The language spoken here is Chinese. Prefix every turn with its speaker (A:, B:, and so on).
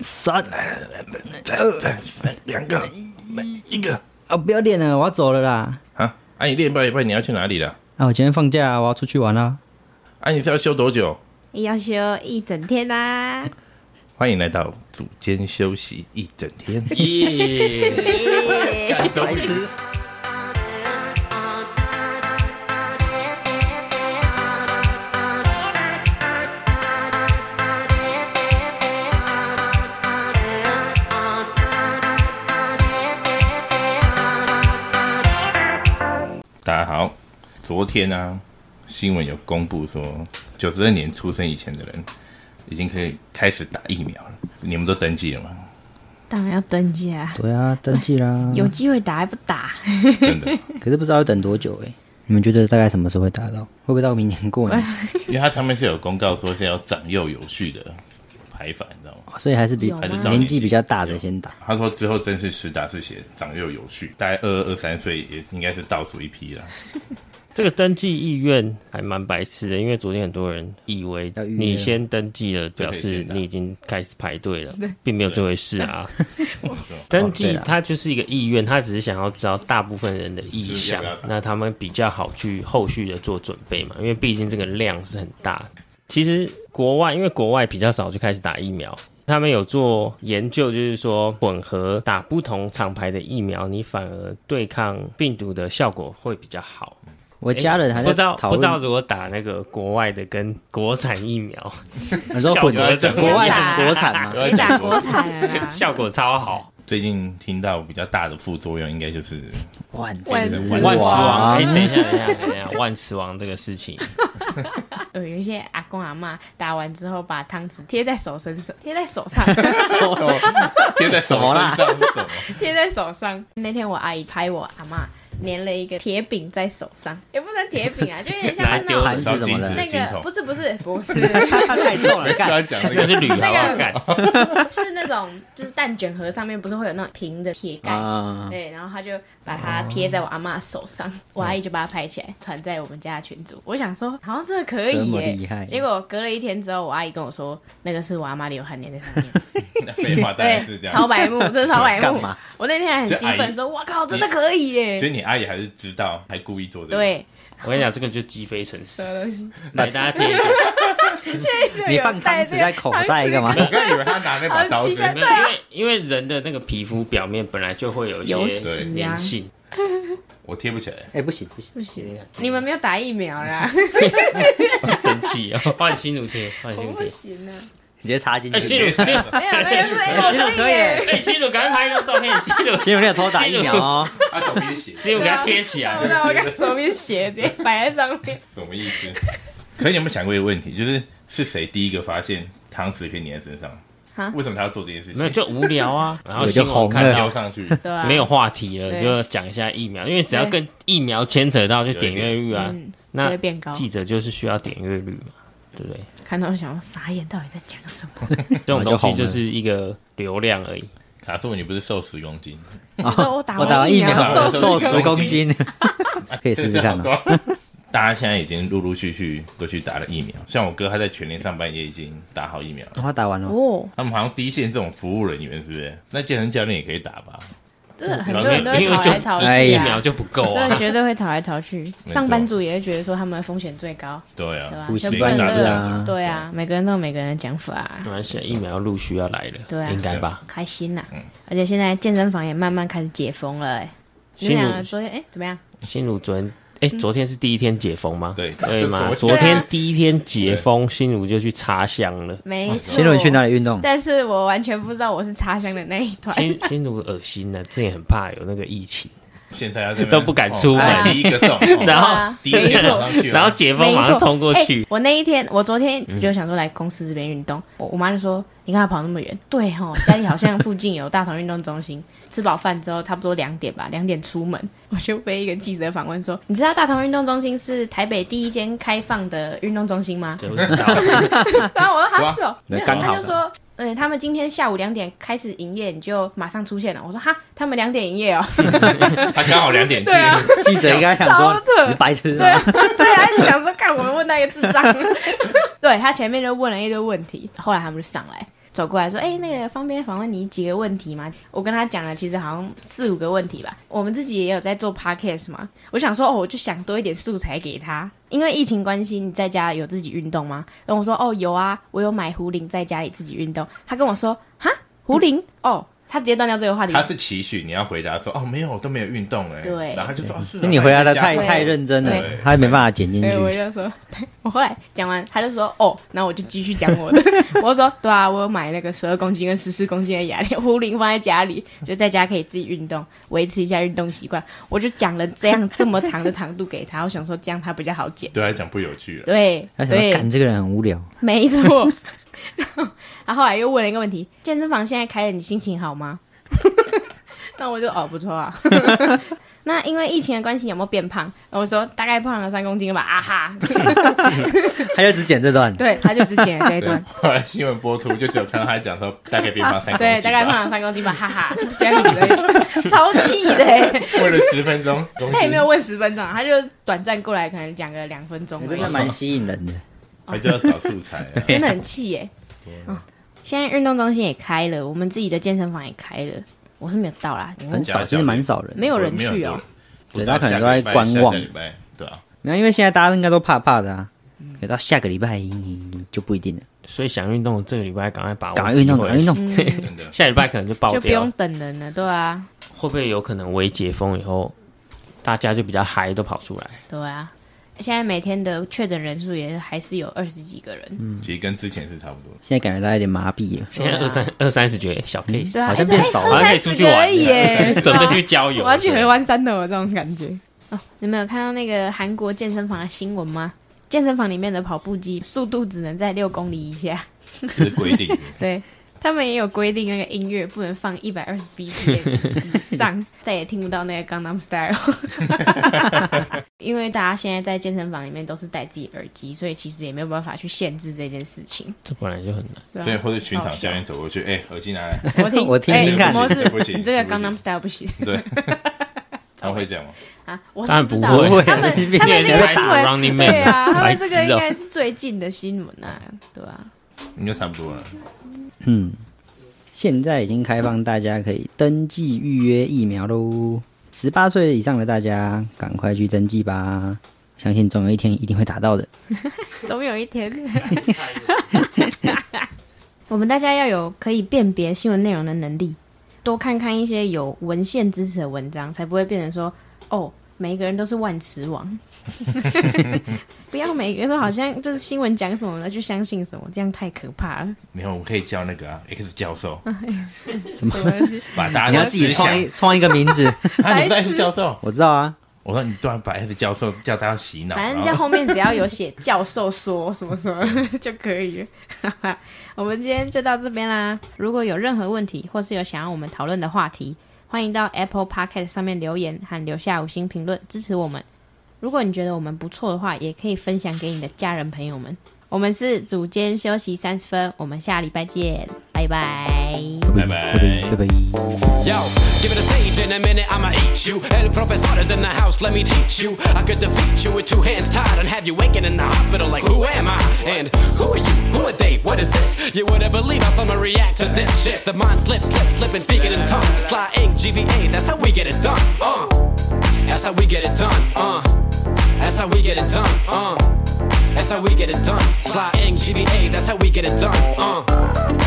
A: 三，
B: 再再三两个，一个
A: 啊，呃不要练了，我要走了啦。
B: 啊！啊，你练半一半你要去哪里了？
A: 啊，我今天放假，我要出去玩啦。
B: 啊，你是要休多久？
C: 要休一整天啊啦、
B: 欢迎来到组间休息一整天。
D: 耶！
B: 白痴。大家好，昨天啊，新闻有公布说，九十二年出生以前的人已经可以开始打疫苗了。你们都登记了吗？
C: 当然要登记啊，
A: 对啊，登记啦。
C: 有机会打还不打？
B: 真的，
A: 可是不知道要等多久哎、你们觉得大概什么时候会打到？会不会到明年过年？
B: 因为它上面是有公告说是要长幼有序的排法，你知道吗？
A: 哦所以还是比
C: 有吗
B: 还是
C: 嗯
B: 照
A: 年纪比较大的先打。
B: 他说之后正式实打是写长幼有序，大概二二三岁也应该是倒数一批了。
D: 这个登记意愿还蛮白痴的，因为昨天很多人以为
A: 要预约
D: 你先登记了，
B: 就
D: 表
B: 可以
D: 示
B: 先打
D: 你已经开始排队了，并没有这回事啊。
A: 哦
D: 登
A: 对
D: 记
A: 啦
D: 它就是一个意愿，他只是想要知道大部分人的意
B: 是要
D: 向
B: 不要打，
D: 那他们比较好去后续的做准备嘛，因为毕竟这个量是很大的。其实国外因为国外比较早就开始打疫苗，他们有做研究，就是说混合打不同厂牌的疫苗，你反而对抗病毒的效果会比较好。
A: 我家人还
D: 不
A: 在
D: 知道
A: 讨
D: 不知
A: 论，
D: 道如果打那个国外的跟国产疫苗，
A: 你说混
D: 效果
A: 合
D: 怎么，
A: 国外
C: 样
A: 混国产嘛？
C: 别打国啊产了啦
D: 效果超好，
B: 最近听到比较大的副作用，应该就是
A: 万
C: 万
A: 之
C: 之
D: 万磁王！哎、
A: 王
D: 等一下，等一下，等一下，万磁王这个 事情，
C: 呃，有一些阿公阿妈打完之后，把汤匙贴在手身 上，贴在手上，贴在手
B: 贴在手上是什么？
C: 贴在手上。那天我阿姨拍我阿妈粘了一个铁饼在手上，也不能铁 饼啊，就有点像
D: 拿
C: 那
D: 丢
C: 种
A: 盘子什么的，
C: 那
B: 金
C: 个
B: 头
C: 不是不是不 是，
A: 太重了，干。
B: 刚 刚讲那
D: 那
B: 个
D: 是铝好不
C: 那
D: 好
C: 个
D: 干？
C: 是那种就是蛋卷盒上面不是会有那种平的铁盖。
A: 啊，
C: 对，然后他就把它贴在我阿妈手上，
A: 嗯
C: 我阿姨就把它拍起来，传在我们家的群组。我想说，好像真的可
A: 这
C: 以
A: 么
C: 耶、
A: 厉害
C: 结果隔了一天之后，我阿姨跟我说，那个是我阿妈流汗粘在上面。
B: 废话，当然是这
C: 对，超
B: 样。
C: 白目，真的超白
A: 干
C: 目
A: 嘛。
C: 我那天还很兴奋，说：“哇靠，真的可以
B: 所以
C: 耶
B: 你阿姨还是知道，还故意做！”这个。，
C: 对，
D: 我跟你讲，这个就鸡飞城 市
C: 什，么东西？
D: 来大家贴一个，
A: 你放汤匙在口袋干嘛？
B: 我刚以为他拿那把刀子，
D: 没有，
C: 啊
D: 因为因为人的那个皮肤表面本来就会有一
C: 油
D: 些
C: 脂啊
D: 粘性，
B: 我贴不起来。
A: 哎，不行不行，
C: 不行，你们没有打疫苗啦，
D: 好 生气 哦，换新乳贴，换新
A: 嗯
C: 我
D: 乳
C: 不
D: 贴，
C: 行啊。
A: 你直接插进
D: 哎、新乳
A: 去。
D: 新乳，
C: 没有，那个是
A: 新乳可以，
D: 哎、新乳，赶快拍一张照片，新乳，
A: 新乳没有偷打疫苗哦，
B: 他手边写
D: 新乳给它贴起来
C: 我 不知，道我刚手边写，直接摆在上面。
B: 什么意思？可是你有没有想过一个问题，就是是谁第一个发现汤匙可以粘在身
C: 啊
B: 上？为什么他要做这件事情？
D: 没有就无聊啊，然后
A: 我就
D: 新闻
A: 红
D: 看
A: 了
D: 到
B: 丢。上去，
C: 对啊，
D: 没有话题了，
C: 对
D: 就讲一下疫苗，因为只要跟疫苗牵扯到，就
B: 有一点
D: 点阅率啊
C: 嗯，就
D: 那
C: 会变高
D: 记者就是需要点阅率嘛，对不对？
C: 看到想要傻眼，到底在讲什么？
D: 这种
A: 就
D: 东
A: 红
D: 西
A: 了
D: 就是一个流量而已。
B: 卡素你不是瘦十公 斤？
C: 你说我打
A: 哦我打完疫苗
C: 苗
A: 瘦
C: 瘦
A: 十
C: 10
A: 公斤，可以试试看嘛。
D: 啊
B: 大家现在已经陆陆续续都去打了疫苗，像我哥他在全联上班也已经打好疫苗了。
A: 我打完了，
C: 哦，
B: 他们好像第一线这种服务人员是不是？那健身教练也可以打吧？
C: 真的很多人都会
D: 因为
C: 吵
D: 就
C: 来吵去
A: 哎
C: 啊，
D: 疫
A: 呀
D: 苗就不够
C: 真的
D: 啊，
C: 绝对会吵来吵去。
B: 没错
C: 上班族也会觉得说他们的风险最高，
B: 对
C: 对吧
B: 啊，？
A: 呼吸
C: 就不能
A: 管
B: 制啊
C: 乐对啊，每个人都有每个人的讲法啊。
D: 没关系，疫苗陆续要来了，
C: 对啊
D: 应该吧？
C: 开心呐、
B: 嗯
C: 而且现在健身房也慢慢开始解封了、哎，你们
D: 心如
C: 两个昨天哎、怎么样？
D: 新如昨天，哎，
C: 嗯
D: 昨天是第一天解封吗？
B: 对
D: 对嘛？
B: 昨
D: 昨
B: 天
D: 天第一天解封，心如就去插香了。
C: 没错，
A: 哦新乳你去哪里运动？
C: 但是我完全不知道我是插香的那一团，
D: 心心如恶心了，之前很怕有那个疫情，
B: 现在要这边
D: 都不敢出门
B: 哦第一个洞，哦
D: 然后
C: 啊
B: 第一个
C: 没
B: 洞
D: 啊
C: 错
B: 上去哦，
D: 然后解封
C: 没
D: 马
C: 错
D: 上冲过去
C: 哎，我那一天，我昨天就想说来公司这边运动，我我妈就说你干嘛跑那么远？对吼，家里好像附近有大同运动中心。吃饱饭之后，差不多两点吧，两点出门，我就被一个记者访问说，你知道大同运动中心是台北第一间开放的运动中心吗？
D: 谁会知道？
C: 然后我说哈是哦，
A: 那
C: 没有，
A: 刚好
C: 他就说，嗯，他们今天下午两点开始营业，你就马上出现了。我说哈，他们两点营业哦，
B: 他刚好两点去
C: 对，啊，
A: 记者应该想说
C: 超扯
A: 你是白痴
C: 对
A: 啊
C: 啊，，对啊，一直 想说，看我们问那个智障。对他前面就问了一堆问题，后来他们就上来。走过来说：“哎、那个方便访问你几个问题吗？”我跟他讲了，其实好像四五个问题吧。我们自己也有在做 podcast 嘛，我想说哦，我就想多一点素材给他，因为疫情关系，你在家有自己运动吗？然后我说：“哦，有啊，我有买壶铃在家里自己运动。”他跟我说：“哈，壶铃、哦。”他直接断掉这个话题，
B: 他是期许你要回答说哦没有我都没有运动哎，
C: 对
B: 然后他就说哦是啊
A: 因为你回答的
B: 那
A: 太
B: 家伙
A: 太认真了
B: 对，
A: 他没办法剪进
C: 对，我
A: 去。
C: 就说，对我后来讲完，他就说，哦，那我就继续讲我的。 我就说，对啊，我有买那个十二公斤跟十四公斤的哑铃壶铃放在家里，就在家可以自己运动，维持一下运动习惯。我就讲了这样这么长的长度给他，我想说这样他比较好减。
B: 对他讲不有趣了，
C: 对，
A: 他想说，
C: 对，
A: 干这个人很无聊，
C: 没错。 然后后啊来又问了一个问题：健身房现在开了，你心情好吗？ 那我就哦，不错啊。 那因为疫情的关系，有没有变胖？然后我说大概胖了三公斤吧。啊哈，
A: 他就只剪这段。
C: 对，他就只减了这一
B: 对
C: 段。，
B: 后来新闻播出就只有看到他讲说大概变胖三公斤吧，
C: 对，大概胖了三公斤吧，哈哈，这样子而已，超气的欸。
B: 为了十分钟，公
C: 他也
B: 斤
C: 没有问十分钟啊，他就短暂过来，可能讲个两分钟而
A: 真
C: 已
A: 的，蛮吸引人的，
B: 还就要找素材啊，
C: 真的很气耶。嗯现在运动中心也开了，我们自己的健身房也开了，我是没有到啦，你们
A: 很少，其实蛮少人。
C: 没有人去哦。
B: 不知
A: 对
B: 道
A: 他可能
B: 下
A: 都在
B: 礼拜
A: 观望
B: 下下礼拜对啊，
A: 没有，因为现在大家应该都怕怕的啊。可到下个礼拜就不一定了，
D: 所以想运动，这个礼拜赶快把握
A: 赶快运动，
D: 机
A: 赶
D: 会
A: 快运动。
C: 嗯
B: 真的。
D: 下礼拜可能就爆
C: 就不
D: 掉
C: 用，等人了，对啊，
D: 会不会有可能微解封以后，大家就比较嗨，都跑出来？
C: 对啊。现在每天的确诊人数也还是有二十几个人，
A: 嗯
B: 其实跟之前是差不多，
A: 现在感觉大家有点麻痹了，
D: 现
C: 啊
D: 在二三二三十觉得小
A: 嗯
D: case，
C: 对啊，
A: 好像变少了
D: 好
C: 哎
D: 像可
C: 二三十
D: 以出去
C: 个
D: 玩
C: 而已耶，
D: 准备去郊
B: 啊
D: 游。
C: 我要去回湾山的，我这种感觉。哦，你们有看到那个韩国健身房的新闻吗？健身房里面的跑步机速度只能在六公里以下，
B: 这是规定。
C: 对啊他们也有规定，那个音乐不能放一百二十 BPM 以 上，再也听不到那个《Gangnam Style》。因为大家现在在健身房里面都是戴自己耳机，所以其实也没有办法去限制这件事情。
D: 这本来就很难。
C: 对啊
B: 所以或者巡场教练走过去，哎，耳机拿 来，
C: 我听
A: 我听听
C: 哎
A: 看
C: 模 式
B: 对不起
C: 你这
B: 对
C: 个《
B: 不起
C: Gangnam Style》不行
B: 对，他会这样吗？
C: 啊，我
D: 当
C: 是
D: 然
C: 知
D: 不
C: 道
D: 会
C: 啊
A: 不会
C: 他们
A: 你别
C: 他们
D: 你
C: 那
D: 也
C: 个
D: 太
C: 新闻
D: Running Man
C: 对啊，他
D: 白
C: 们这
D: 痴
C: 个应
D: 哦
C: 该是最近的新闻啊，对啊，
B: 应该差不多了。
A: 嗯，现在已经开放大家可以登记预约疫苗喽。十八岁以上的大家，赶快去登记吧！相信总有一天一定会打到的。
C: 总有一天。 我们大家要有可以辨别新闻内容的能力，多看看一些有文献支持的文章，才不会变成说哦，每一个人都是万磁 王。不要每个人都好像就是新闻讲什么了就相信什么，这样太可怕了。
B: 没有，我们可以叫那个啊 X 教 授，
C: 什么东西？
B: 把大家
A: 你要
B: 的
A: 自己
B: 思
A: 创
B: 想
A: 一创一个名 字，
B: 啊，你不是 S 教授？
A: 我知道啊，
B: 我说你突然把 S 教授叫大家洗脑，
C: 反正
B: 然
C: 在
B: 后
C: 后面只要有写教授说什么 什么 就可以了。我们今天就到这边啦。如果有任何问题，或是有想要我们讨论的话题，欢迎到 Apple Podcast 上面留言和留下五星评论支持我们。如果你觉得我们不错的话，也可以分享给你的家人朋友们。我们是组间休息三十分，我们下礼拜见，拜拜。
B: 拜拜。
A: 拜拜。
E: Yo, give me the stage in a minute, I'ma eat you. El profesor's in the house, let me teach you. I could defeat you with two hands tied and have you waking in the hospital like, who am I? And who are you? Who are they? What is this? You wouldn't believe how someone react to this shit. The mind slips, slips, slipping, speaking in tongues. Fly ink, GVA, that's how we get it done. Uh, that's how we get it done. Uh, that's how we get it done. Uh, that's how we get it done. Fly ink, GVA, that's how we get it done. Uh.